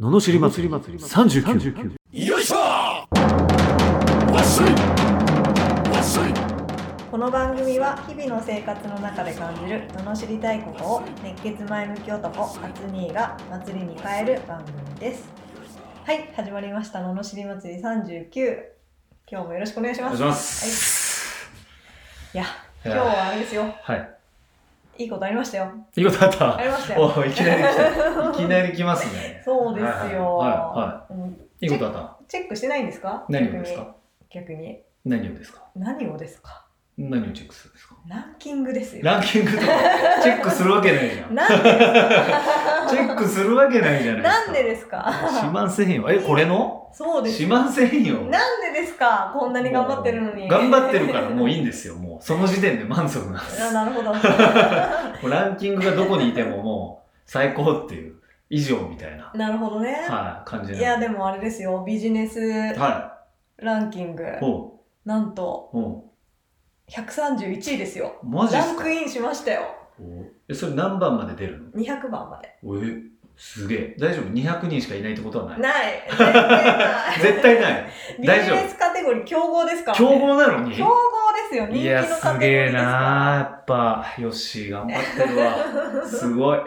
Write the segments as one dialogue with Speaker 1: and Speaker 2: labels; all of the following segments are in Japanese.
Speaker 1: ののしり祭り39
Speaker 2: よいしょわっしょいわっしょい
Speaker 3: この番組は日々の生活の中で感じる罵りたいことを熱血前向き男アツニーが祭りに変える番組ですはい始まりました罵り祭り39今日もよろしくお願いし
Speaker 4: お
Speaker 3: ま
Speaker 4: 願い
Speaker 3: す
Speaker 4: します。
Speaker 3: はい、いや今日はあれですよ
Speaker 4: はい。
Speaker 3: いいことありましたよ
Speaker 4: いいことあった。
Speaker 3: ありましたよ
Speaker 4: おいきなり来た。いきなり来ますね。
Speaker 3: そうですよ、
Speaker 4: は
Speaker 3: うん
Speaker 4: いはい。いいことあった。
Speaker 3: チェックしてないんですか
Speaker 4: 何をですか
Speaker 3: 逆に逆に
Speaker 4: 何をですか
Speaker 3: 何をですか
Speaker 4: 何をチェックするんですか
Speaker 3: ランキングですよ
Speaker 4: ランキングとかチェックするわけないじゃん。
Speaker 3: なんで
Speaker 4: チェックするわけないじゃないですか。
Speaker 3: なんでです か
Speaker 4: しませんよ。え、これの
Speaker 3: そうです
Speaker 4: しませんよ。
Speaker 3: なんでですかこんなに頑張ってるのに。
Speaker 4: 頑張ってるからもういいんですよ。もうその時点で満足なんです。
Speaker 3: あなる ほど。
Speaker 4: もうランキングがどこにいてももう最高っていう、以上みたいな、
Speaker 3: なるほどね。
Speaker 4: はい、感じなん
Speaker 3: い
Speaker 4: で
Speaker 3: や、でもあれですよ。ビジネス
Speaker 4: は
Speaker 3: ランキング。
Speaker 4: い。おう、
Speaker 3: なんと、
Speaker 4: お
Speaker 3: 131位ですよ。
Speaker 4: う、マジっ
Speaker 3: ラ
Speaker 4: す
Speaker 3: ン
Speaker 4: か
Speaker 3: クインしましたよ。
Speaker 4: おえそれ何番まで出る
Speaker 3: 200番まで。
Speaker 4: のえすげえ大丈夫200人しかいないってことはない
Speaker 3: ない。絶対ない。
Speaker 4: 絶対ない
Speaker 3: ビジ
Speaker 4: 大丈夫
Speaker 3: ネスカテゴリー競合ですからね、
Speaker 4: 競合なのに
Speaker 3: 競合ですよ。人
Speaker 4: い
Speaker 3: 気の
Speaker 4: や
Speaker 3: カテゴリーですす
Speaker 4: げえ
Speaker 3: から
Speaker 4: なやっぱよっしー頑張ってるわすごい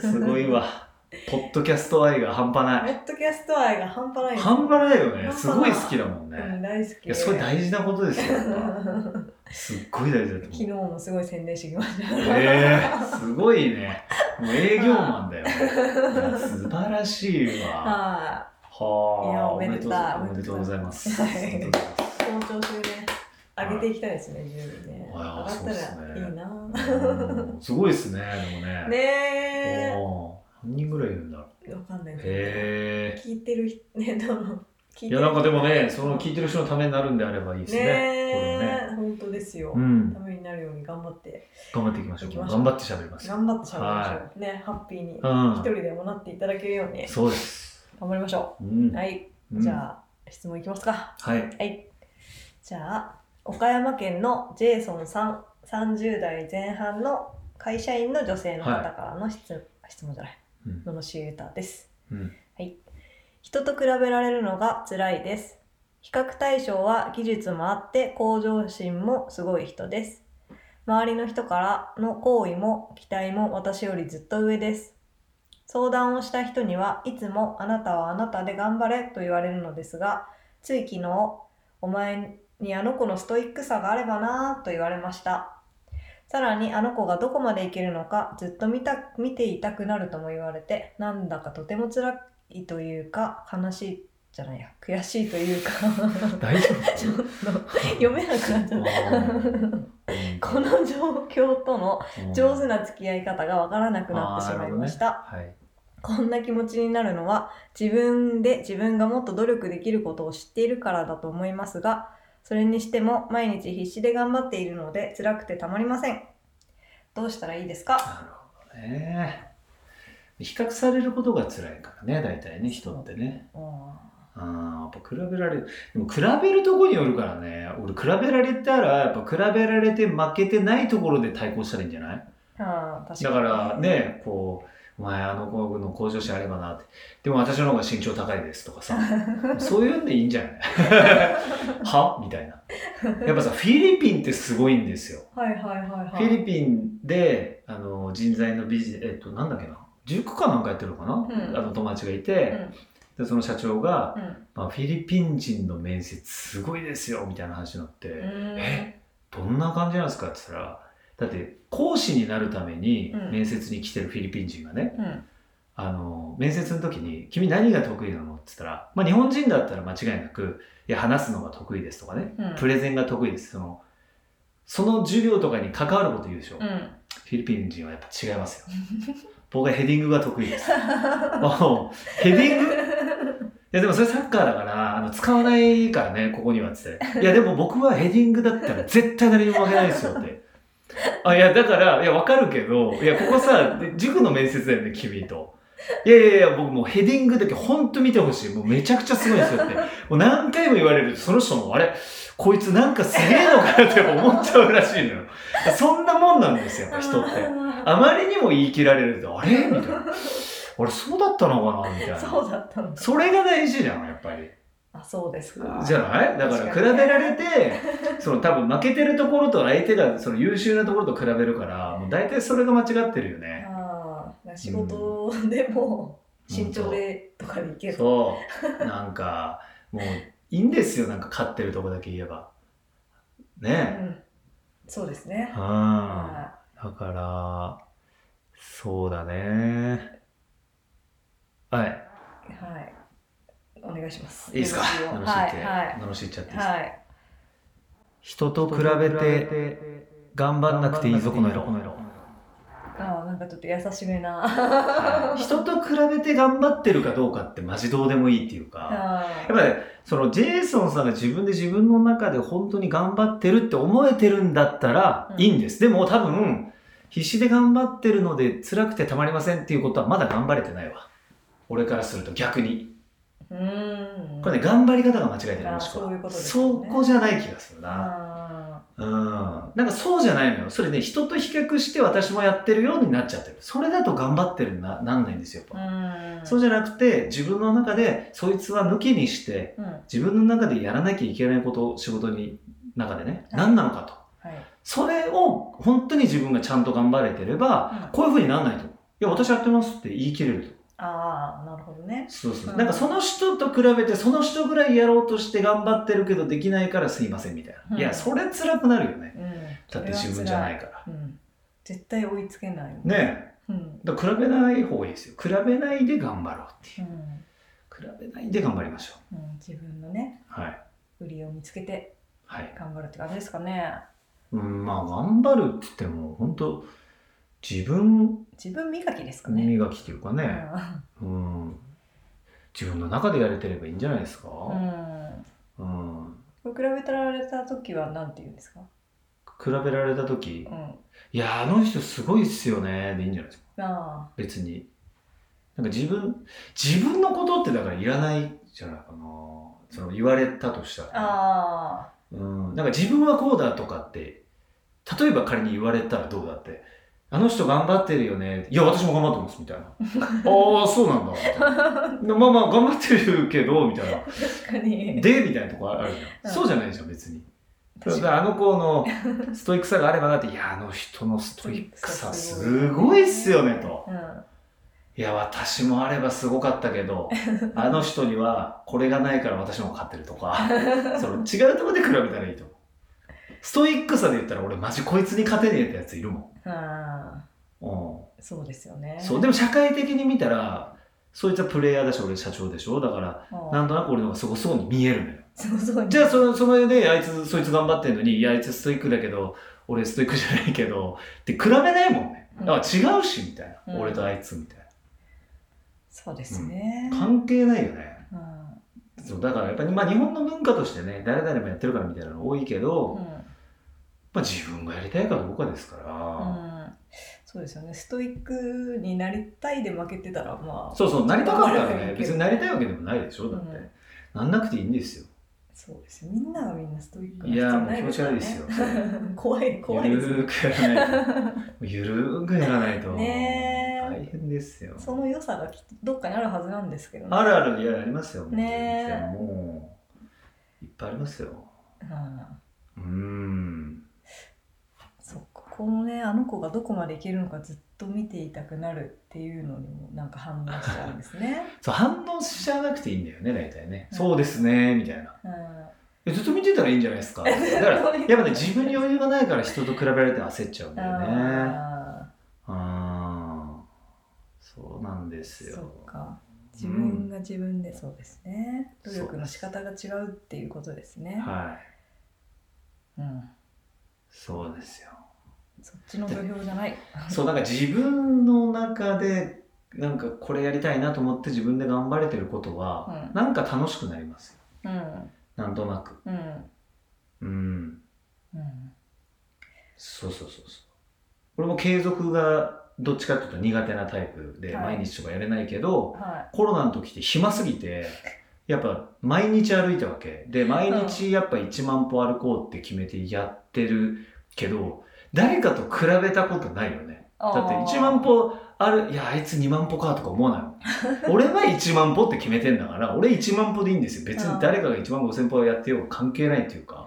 Speaker 4: すごいわポッドキャスト愛が半端
Speaker 3: ポ
Speaker 4: ない
Speaker 3: ッドキャスト愛が半端ない。
Speaker 4: 半端ないよ
Speaker 3: 半端な
Speaker 4: ね
Speaker 3: い
Speaker 4: すごい好きだもん
Speaker 3: う
Speaker 4: ね
Speaker 3: ん、大好き。
Speaker 4: いやそれ
Speaker 3: 昨
Speaker 4: 大事なことですよやっ ぱすっごい大事だと
Speaker 3: 日
Speaker 4: 思う
Speaker 3: もすごい宣伝してきました。
Speaker 4: ええすごいねもう営業マンだよねいや素晴らしいわ
Speaker 3: はい。
Speaker 4: はい
Speaker 3: や
Speaker 4: あ、
Speaker 3: おめでたい
Speaker 4: おめでとうございます。
Speaker 3: はい
Speaker 4: おめでとうございます
Speaker 3: この調子でね、上げていきたいですね、順位ね。上
Speaker 4: あ
Speaker 3: が
Speaker 4: あ
Speaker 3: った
Speaker 4: そうっ
Speaker 3: ら
Speaker 4: すね
Speaker 3: いい
Speaker 4: う
Speaker 3: な。
Speaker 4: んすごいですね、でもね。
Speaker 3: ね
Speaker 4: おー何人ぐらいいるんだろう。
Speaker 3: え。わかんないけ
Speaker 4: へ
Speaker 3: ど。聞いてる人、ね、どの、聞い
Speaker 4: え。い
Speaker 3: て
Speaker 4: や、
Speaker 3: る
Speaker 4: なんかでもね、その聞いてる人のためになるんであればいいですね。
Speaker 3: ねえ、本当ですよ
Speaker 4: これ。ね。うん
Speaker 3: た。めになるように頑張って、
Speaker 4: 頑張っていきましょう。
Speaker 3: 行きましょう
Speaker 4: 頑張って喋りますよ。
Speaker 3: 頑張って喋りましょう。ね、ハッピーに、一
Speaker 4: う
Speaker 3: 人でもなっていただけるように
Speaker 4: ん。、そうです。
Speaker 3: 頑張りましょ
Speaker 4: う
Speaker 3: う。
Speaker 4: ん。
Speaker 3: はい。
Speaker 4: うん
Speaker 3: じゃあ、質問いきますか。
Speaker 4: はい。
Speaker 3: はい。じゃあ、岡山県のジェイソンさん、30代前半の会社員の女性の方からの質,、質問じゃない、
Speaker 4: うん
Speaker 3: ののしゆうたです。
Speaker 4: うん
Speaker 3: はい。人と比べられるのが辛いです。比較対象は技術もあって向上心もすごい人です。周りの人からの好意も期待も私よりずっと上です。相談をした人にはいつもあなたはあなたで頑張れと言われるのですが、つい昨日、お前にあの子のストイックさがあればなぁと言われました。さらにあの子がどこまでいけるのかずっと見た見ていたくなるとも言われて、なんだかとても辛いというか、悲しいじゃないや、悔しいというか、
Speaker 4: 大丈
Speaker 3: ちょっ
Speaker 4: 夫。
Speaker 3: と 読めなくなっちゃった。この状況との上手
Speaker 4: な
Speaker 3: な付き合い方がわからなくなってしまいました。
Speaker 4: はい。
Speaker 3: こんな気持ちになるのは自分で自分がもっと努力できることを知っているからだと思いますが、それにしても毎日必死で頑張っているので辛くてたまりません。どうしたらいいですか
Speaker 4: なるほどね。比較されることが辛いからね、大体ね、人ってね。あーやっぱ比べられるでも比べるとこによるからね俺比べられたらやっぱ比べられて負けてないところで対抗したらいいんじゃない
Speaker 3: ああ、確かに。
Speaker 4: だから。ねこう「お前あの子の向上心あればな」って「でも私の方が身長高いです」とかさそういうんでいいんじゃない はみたいなやっぱさフィリピンってすごいんですよ
Speaker 3: はいはいはいは
Speaker 4: フ
Speaker 3: い。
Speaker 4: ィリピンであの人材のビジネえっとなんだっけな塾かなんかやってるのかな、
Speaker 3: うん
Speaker 4: あの友達がいて、でその社長が「
Speaker 3: うん。
Speaker 4: まあ、フィリピン人の面接すごいですよみたいな話になって、
Speaker 3: うん。
Speaker 4: えどんな感じなんですかって言ったらだって講師になるために
Speaker 3: うん
Speaker 4: 面接に来てるフィリピン人がね、
Speaker 3: うん。
Speaker 4: あの面接の時に「君何が得意なの?」って言ったら、まあ、日本人だったら間違いなく「いや話すのが得意です」とかね
Speaker 3: うん
Speaker 4: 「プレゼンが得意です」そのその授業とかに関わること言うでしょ、
Speaker 3: う
Speaker 4: フ
Speaker 3: ん。
Speaker 4: ィリピン人はやっぱ違いますよ僕はヘディングが得意ですおうヘディングいやでもそれサッカーだから、あの使わないからね、ここにはっつって。いやでも僕はヘディングだったら絶対誰にも負けないですよって。あ、いやだから、いやわかるけど、いやここさ、塾の面接だよね、君と。いやいやいや、僕もうヘディングだけほんと見てほしい。もうめちゃくちゃすごいですよって。もう何回も言われると、その人もあれ、こいつなんかすげえのかなって思っちゃうらしいのよ。そんなもんなんですよ、やっぱ人って。あまりにも言い切られると、あれみたいな。俺そうだったのかなみたいな。
Speaker 3: そうだったんだ。
Speaker 4: それが大事じゃん、やっぱり。
Speaker 3: あ、そうですか。
Speaker 4: じゃないだから比べ
Speaker 3: 確かに
Speaker 4: られて、 その多分負けてるところと相手がその優秀なところと比べるから、もう大体それが間違ってるよね。
Speaker 3: ああ、仕事でも慎重でとかでいける。
Speaker 4: そう。なんか、もういいんですよ、なんか勝ってるとこだけ言えば。
Speaker 3: う
Speaker 4: ね
Speaker 3: ん、そうですね
Speaker 4: え。。うん。
Speaker 3: は
Speaker 4: だから、そうだね。はい。
Speaker 3: い。はい。お願いします。
Speaker 4: いいですか
Speaker 3: 続きを
Speaker 4: 楽し
Speaker 3: はい
Speaker 4: っ
Speaker 3: い。
Speaker 4: て、
Speaker 3: は
Speaker 4: 罵っちゃっていい
Speaker 3: い。
Speaker 4: ですか、
Speaker 3: はい。
Speaker 4: 人と比べて頑張んなくていいぞ、この色。
Speaker 3: ああ、なんかちょっと優しめ な。
Speaker 4: はい人と比べて頑張ってるかどうかってマジどうでもいいっていうか、
Speaker 3: あ
Speaker 4: やっぱり、そのジェイソンさんが自分で自分の中で本当に頑張ってるって思えてるんだったら
Speaker 3: うん
Speaker 4: いいんです。でも多分、必死で頑張ってるので辛くてたまりませんっていうことはまだ頑張れてないわ。俺からすると逆に。
Speaker 3: あ。うーん。
Speaker 4: これね、頑張り方が間違えてる
Speaker 3: あー
Speaker 4: もしくは。
Speaker 3: そういうことですね
Speaker 4: そこじゃない気がするな。
Speaker 3: あ
Speaker 4: うん。なんかそうじゃないのよ。それね、人と比較して私もやってるようになっちゃってる。それだと頑張ってるな、なんないんですよ。やっぱ
Speaker 3: あ。うん。
Speaker 4: そうじゃなくて、自分の中で、そいつは抜きにして、
Speaker 3: うん。は
Speaker 4: 自分の中でやらなきゃいけないこと仕事に中でね、
Speaker 3: はい
Speaker 4: 何なのかと
Speaker 3: い。
Speaker 4: それを本当に自分がちゃんと頑張れてれば、
Speaker 3: うん
Speaker 4: こういうふうにならないといや私やってますって言い切れると
Speaker 3: ああ、なるほどね。
Speaker 4: そうそう、
Speaker 3: うん
Speaker 4: なんかその人と比べてその人ぐらいやろうとして頑張ってるけどできないからすいませんみたいな、
Speaker 3: うん
Speaker 4: いやそれ辛くなるよね
Speaker 3: うん。。
Speaker 4: だって自分じゃないいから
Speaker 3: うん。絶対追いつけない。。
Speaker 4: ねえ
Speaker 3: うん。
Speaker 4: だから比べない方がいいですよ比べないで頑張ろうって
Speaker 3: う。
Speaker 4: いうん比べないで頑張りましょう
Speaker 3: うん、自分のね、
Speaker 4: はい
Speaker 3: 売りを見つけて
Speaker 4: はい
Speaker 3: 頑張るって感じですかね。
Speaker 4: うんまあ頑張るって言っても本当自分
Speaker 3: 自分磨きですかね。
Speaker 4: 磨きというか
Speaker 3: う
Speaker 4: ね、
Speaker 3: ん
Speaker 4: うん、自分の中でやれてればいいんじゃないですか、
Speaker 3: うん。
Speaker 4: うん
Speaker 3: これ比べたられた時はなんて言うんですか。
Speaker 4: 比べられた時
Speaker 3: うん。あ
Speaker 4: 「いやあの人すごいっすよね」でいいんじゃないですか
Speaker 3: あ。
Speaker 4: 別になんか自分自分のことってだからいらないじゃないかなその言われたとしたら、
Speaker 3: あ
Speaker 4: うん、なんか自分はこうだとかって例えば仮に言われたらどうだってあの人頑張ってるよね。いや、私も頑張ってます、みたいな。 ああ、そうなんだみたいな。まあまあ、頑張ってるけど、みたい な。
Speaker 3: あ。確かに。
Speaker 4: でみたいなとこあるじゃん、
Speaker 3: うん
Speaker 4: そうじゃないじゃん別に
Speaker 3: 確
Speaker 4: だからあの子のストイックさがあればなっていやあの人のストイックさすごいっすよねと
Speaker 3: うん。あ
Speaker 4: いや私もあればすごかったけ どあの人にはこれがないから私も勝ってると かその違うところで比べたらいいと思うストイックさで言ったら俺マジこいつに勝てねえってやついるもん
Speaker 3: あ。
Speaker 4: うん
Speaker 3: そうですよね。
Speaker 4: そうでも社会的に見たらそいつはプレイヤーだし俺社長でしょだから
Speaker 3: うん。
Speaker 4: なんとなく俺の方がすごそうに見えるのよ
Speaker 3: そうそう。
Speaker 4: じゃあそのそれであいつそいつ頑張ってんのにいやあいつストイックだけど俺ストイックじゃないけどって比べないもんね
Speaker 3: うん
Speaker 4: あ違うしみたいな、
Speaker 3: うん
Speaker 4: 俺とあいつみたい
Speaker 3: そうですね
Speaker 4: な。関係ないよね
Speaker 3: うん。
Speaker 4: そうだからやっぱり、まあ、日本の文化としてね誰々もやってるからみたいなの多いけど、
Speaker 3: うん。
Speaker 4: まあ、自分がやりたいかどうかですから、
Speaker 3: うん。そうですよね。ストイックになりたいで負けてたら、まあ。
Speaker 4: そうそうなりたかったらね
Speaker 3: うん
Speaker 4: 別になりたいわけでもないでしょだって、
Speaker 3: うん
Speaker 4: なんなくていいんですよ
Speaker 3: そうですよみんながみんなストイック
Speaker 4: いやーもう
Speaker 3: な
Speaker 4: 気持ち
Speaker 3: 必要
Speaker 4: 悪
Speaker 3: ない
Speaker 4: で
Speaker 3: いですす
Speaker 4: よ
Speaker 3: よね 怖い怖い
Speaker 4: ゆ
Speaker 3: ですよ
Speaker 4: るーくやらないとゆるーくやらない と
Speaker 3: ねえ
Speaker 4: 大変ですよ
Speaker 3: その良さがきっとどっかにあるはずなんですけどね
Speaker 4: あるあるいやありますよ。
Speaker 3: ねえ
Speaker 4: もういっぱいありますよ。
Speaker 3: うん
Speaker 4: うーん。
Speaker 3: そっかこのねあの子がどこまでいけるのかずっと見ていたくなるっていうのにもなんか反応しちゃうんですね、
Speaker 4: そう反応しちゃわなくていいんだよね大体ね。
Speaker 3: うん
Speaker 4: そうですねみたいな。
Speaker 3: う
Speaker 4: えずっと見てたらいいんじゃないです か。だからやっぱね自分に余裕がないから人と比べられて焦っちゃうん
Speaker 3: ん、
Speaker 4: だよね。
Speaker 3: あ
Speaker 4: ああ、そうなんです
Speaker 3: ー
Speaker 4: よ。
Speaker 3: そっか自分が自分でそうですね、
Speaker 4: そう
Speaker 3: 努力の仕方が違うっていうことですね、
Speaker 4: はい。
Speaker 3: うん、
Speaker 4: そうですよ。
Speaker 3: そっちの土俵じ ゃない
Speaker 4: そうなんか自分の中でなんかこれやりたいなと思って自分で頑張れてることは、
Speaker 3: うん
Speaker 4: なんか楽しくなりますよ。
Speaker 3: うん
Speaker 4: なんとなく。
Speaker 3: うん
Speaker 4: うん。
Speaker 3: うん
Speaker 4: そうそうそうそう俺も継続がどっちかっていうと苦手なタイプで、
Speaker 3: はい
Speaker 4: 毎日とかやれないけど
Speaker 3: は
Speaker 4: コロナの時って暇すぎてやっぱ毎日歩いたわけで毎日やっぱ1万歩歩こうって決めてやってるけど、誰かと比べたことないよね
Speaker 3: い
Speaker 4: だって1万歩ある、いや、あいつ2万歩かとか思わない の俺は1万歩って決めてんだから、俺1万歩でいいんですよ。別に誰かが1万5千歩をやってようが関係ないっていうか、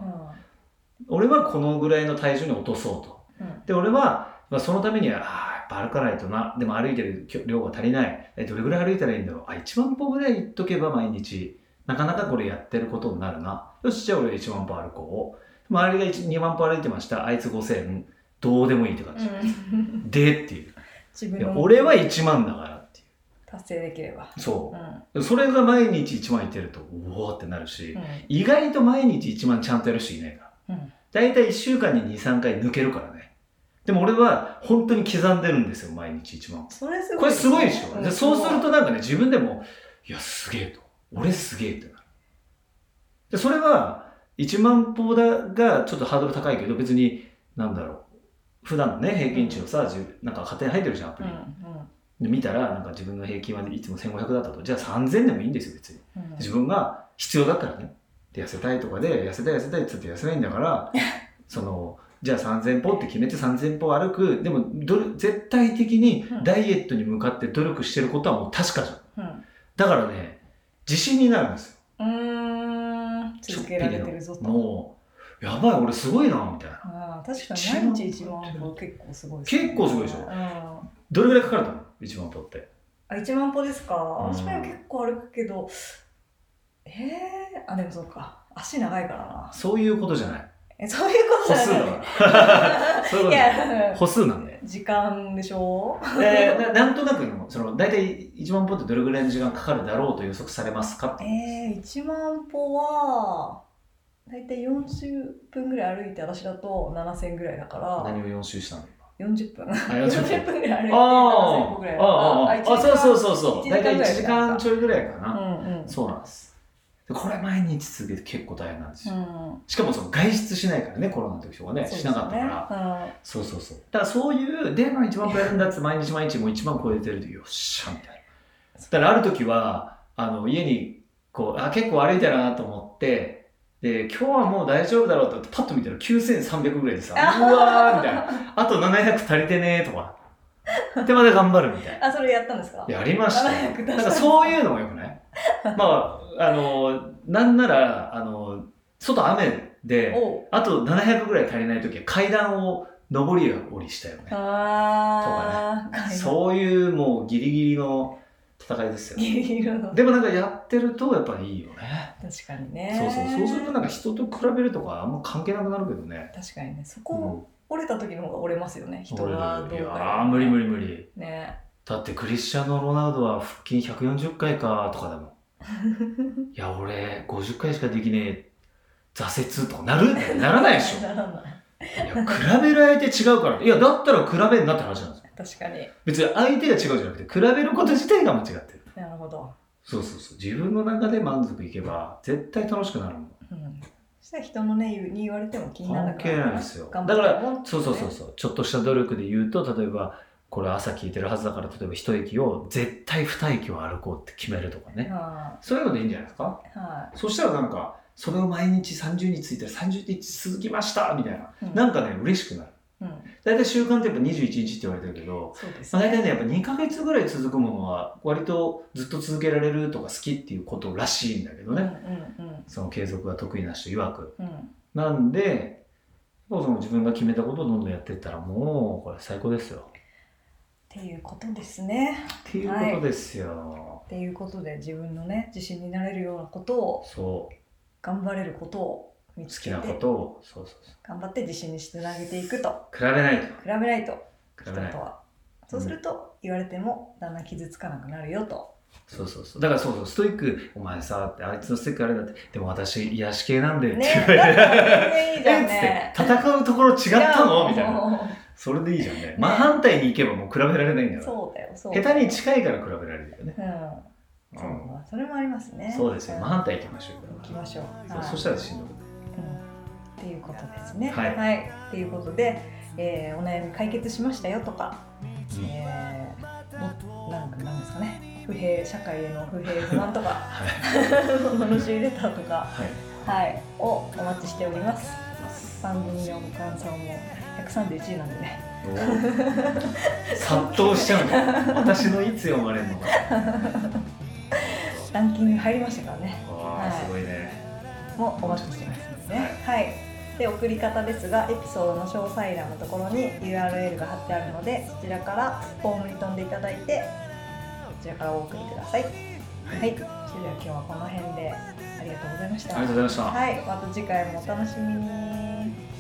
Speaker 4: 俺はこのぐらいの体重に落とそうと。
Speaker 3: うん
Speaker 4: で、俺は、まあ、そのためには、あーやっぱ歩かないとな、でも歩いてる量が足りない。えどれぐらい歩いたらいいんだろう。あ、1万歩ぐらい行っとけば毎日、なかなかこれやってることになるな。よし、じゃあ俺1万歩歩こう。周りが1 2万歩歩いてました。あいつ5000、どうでもいいって感じ。
Speaker 3: うん
Speaker 4: でっていう。
Speaker 3: 自
Speaker 4: い
Speaker 3: 分
Speaker 4: や
Speaker 3: の
Speaker 4: 俺は1万だからってい
Speaker 3: 達成できれば
Speaker 4: う。そ
Speaker 3: うん
Speaker 4: う。それが毎日1万いってると、うおーってなるし、
Speaker 3: うん
Speaker 4: 意外と毎日1万ちゃんとやる人いないから。
Speaker 3: うん
Speaker 4: だいたい1週間に2、3回抜けるからね。でも俺は本当に刻んでるんですよ、毎日1万。
Speaker 3: それすごい
Speaker 4: これすごいでしょ、
Speaker 3: ん
Speaker 4: でそうするとなんかね、自分でも、いや、すげえと。俺すげえってなる。で、それは、1万歩だがちょっとハードル高いけど、別に、なんだろう。普段のね、平均値をさ、自分なんか勝手に入ってるじゃん、アプ
Speaker 3: う
Speaker 4: リ
Speaker 3: ん
Speaker 4: に。で見たらなんか自分の平均はいつも1500だったとじゃあ3000でもいいんですよ別に
Speaker 3: うんうん
Speaker 4: 自分が必要だったらねで痩せたいとかで痩せたい痩せたいっつって痩せないんだから そのじゃあ3000歩って決めて3000歩歩くでもどれ絶対的にダイエットに向かって努力してることはもう確かじゃん
Speaker 3: うん
Speaker 4: だからね自信になるんですよ
Speaker 3: うーん続けられてるぞ
Speaker 4: ちょっぴり
Speaker 3: と
Speaker 4: のもうやばい俺すごいなみたいな
Speaker 3: ああ確か
Speaker 4: 一
Speaker 3: に
Speaker 4: 番
Speaker 3: 毎日一万歩結構すごいです
Speaker 4: 結構すごいでしょ
Speaker 3: うん、あ
Speaker 4: どれぐらいかかると思う1万歩って
Speaker 3: 1万歩ですか
Speaker 4: うん
Speaker 3: 私も結構歩くけどええあでもそうか足長いからな
Speaker 4: そういうことじゃない
Speaker 3: えそういう
Speaker 4: 歩
Speaker 3: ことだ
Speaker 4: 数だ
Speaker 3: ね
Speaker 4: から そういうこと
Speaker 3: い
Speaker 4: じゃない
Speaker 3: や
Speaker 4: 歩数なんで
Speaker 3: 時間でしょ
Speaker 4: えーななんとなくのその大体1万歩ってどれぐらいの時間かかるだろうと予測されますかって、
Speaker 3: えー、1万歩は大体40分ぐらい歩いて私だと7000ぐらいだから
Speaker 4: 何を4周したの
Speaker 3: 40分
Speaker 4: あ
Speaker 3: 40分ぐらい歩いて
Speaker 4: あ
Speaker 3: 7000歩ぐらい
Speaker 4: あああ
Speaker 3: 一
Speaker 4: あ
Speaker 3: 時間
Speaker 4: そうそうそうそう
Speaker 3: 一時間
Speaker 4: 大体
Speaker 3: ぐら
Speaker 4: 1
Speaker 3: い
Speaker 4: 時
Speaker 3: じゃない
Speaker 4: 間ちょいぐらいかな、
Speaker 3: うんうん
Speaker 4: そうなんですでこれ毎日続けて結構大変なんですよ、
Speaker 3: うん
Speaker 4: しかもその外出しないからねコロナの時とかね
Speaker 3: そうで
Speaker 4: し
Speaker 3: す
Speaker 4: な
Speaker 3: よ
Speaker 4: かったから
Speaker 3: ね
Speaker 4: そうそうそうだからそういうでも1万歩やるんだって毎日毎日もう1万超えてるとよっしゃみたいなだからある時はあの家にこうあ結構歩いたなと思ってで今日はもう大丈夫だろうと思ってパッと見たら9300ぐらいでさうわーみたいなあと700足りてねーとかでまた頑張るみたい
Speaker 3: うん、あそれやったんですか
Speaker 4: なやりましたよ
Speaker 3: 700足りて
Speaker 4: なんかそういうのもよくないまああのなんならあの外雨で
Speaker 3: おう
Speaker 4: あと700ぐらい足りない時は階段を上り下りしたよね。
Speaker 3: ああ、
Speaker 4: そういうもうギリギリの戦いですよ。
Speaker 3: いろいろ
Speaker 4: でもなんかやってるとやっぱりいいよね。
Speaker 3: 確かにね
Speaker 4: そうそう。そうするとなんか人と比べるとかあんま関係なくなるけどね。
Speaker 3: 確かにねそうこ
Speaker 4: ん
Speaker 3: 折れた時の方が折れますよね人
Speaker 4: 俺
Speaker 3: がどう
Speaker 4: い
Speaker 3: か
Speaker 4: やー無理無
Speaker 3: 理
Speaker 4: 理無理。
Speaker 3: ね
Speaker 4: だってクリスチャーノ・ロナウドは腹筋140回かとかだも ん。いや俺50回しかできねえ。挫折とかなるならないでしょ。
Speaker 3: ならない
Speaker 4: いや比べる相手違うから。いやだったら比べんなって話なんですよ。
Speaker 3: 確かに
Speaker 4: 別に相手が違うじゃなくて比べること自体が間違ってる。
Speaker 3: なるほど、
Speaker 4: そうそうそう自分の中で満足いけば絶対楽しくなるもん
Speaker 3: うん、そしたら人のね言うに言われても気にならな
Speaker 4: 関
Speaker 3: く
Speaker 4: 係
Speaker 3: る
Speaker 4: ないですよだ
Speaker 3: 頑
Speaker 4: か
Speaker 3: 張
Speaker 4: ら
Speaker 3: ろう
Speaker 4: そうそうそうそうちょっとした努力で言うと例えばこれ朝聞いてるはずだから例えば一駅を絶対二駅を歩こうって決めるとかね
Speaker 3: は
Speaker 4: そういうのでいいんじゃないですか
Speaker 3: いは、
Speaker 4: そしたらなんかそれを毎日30日ついたら30日続きましたみたいない
Speaker 3: うん、
Speaker 4: なんかね嬉しくなる
Speaker 3: うん、
Speaker 4: 大体習慣ってやっぱ21日って言われてるけど
Speaker 3: そうです
Speaker 4: まあ大体
Speaker 3: ね
Speaker 4: ねやっぱ2ヶ月ぐらい続くものは割とずっと続けられるとか好きっていうことらしいんだけど
Speaker 3: うん
Speaker 4: ね、
Speaker 3: うん
Speaker 4: その継続が得意な人曰く。
Speaker 3: うんうん
Speaker 4: なんで、そもそも自分が決めたことをどんどんやっていったらもうこれ最高ですよ。
Speaker 3: っていうことですね
Speaker 4: っていうことですよ。
Speaker 3: っていうことで自分のね自信になれるようなことを
Speaker 4: そう。
Speaker 3: 頑張れることを見
Speaker 4: 好
Speaker 3: つ
Speaker 4: き
Speaker 3: け
Speaker 4: な
Speaker 3: て
Speaker 4: ことを、そうそうそ
Speaker 3: 頑張って自信につなげていくと
Speaker 4: う。比べないと。
Speaker 3: 比べないと
Speaker 4: 比べ
Speaker 3: 人と
Speaker 4: ない。
Speaker 3: はそうすると言われてもだんだん傷つかなくなるよと
Speaker 4: そうそうそう。だからそうそう、ストイック、お前さ、ってあいつのストイックあれだって、でも私、癒し系なんで、って
Speaker 3: ね
Speaker 4: 言わ
Speaker 3: だ
Speaker 4: れ
Speaker 3: ったら
Speaker 4: て。
Speaker 3: 全然いいじゃ
Speaker 4: え
Speaker 3: ん
Speaker 4: っつって
Speaker 3: ね、
Speaker 4: 戦うところ違ったのみたいな。
Speaker 3: な
Speaker 4: それでいいじゃんね。真反対に行けばもう比べられないんだから。
Speaker 3: そうだよそうだよ
Speaker 4: 下手に近いから比べられるよね。
Speaker 3: うんそううだそれもありますね
Speaker 4: ん。そうですよ。
Speaker 3: ん
Speaker 4: 真反対行きましょう。
Speaker 3: 行きましょう
Speaker 4: そう
Speaker 3: はい
Speaker 4: そしたらしんどくない。
Speaker 3: うんっていうことですね
Speaker 4: はい
Speaker 3: っていうことでえーお悩み解決しましたよとかえーもなんかなんですかね不平社会への不平不満とか
Speaker 4: はい。
Speaker 3: 罵りレターとか
Speaker 4: はい。
Speaker 3: はい、をお待ちしております。
Speaker 4: ます
Speaker 3: 番組のご感想も131位なんでね
Speaker 4: お殺到しちゃうの私のいつ読まれるのか
Speaker 3: ランキング入りましたからね
Speaker 4: わあすごいね
Speaker 3: もうお待ちしてますのでねはいで送り方ですがエピソードの詳細欄のところに URL が貼ってあるのでそちらからフォームに飛んでいただいてそちらからお送りくださいはい、それでは今日はこの辺でありがとうございまし
Speaker 4: あ
Speaker 3: た
Speaker 4: りがとうございました
Speaker 3: はいまた次回もお楽しみに